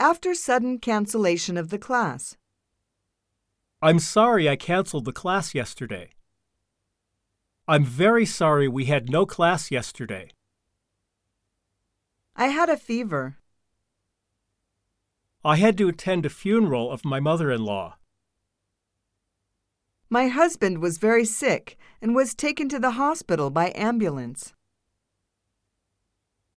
After sudden cancellation of the class, I'm sorry I canceled the class yesterday. I'm very sorry we had no class yesterday. I had a fever. I had to attend a funeral of my mother in law. My husband was very sick and was taken to the hospital by ambulance.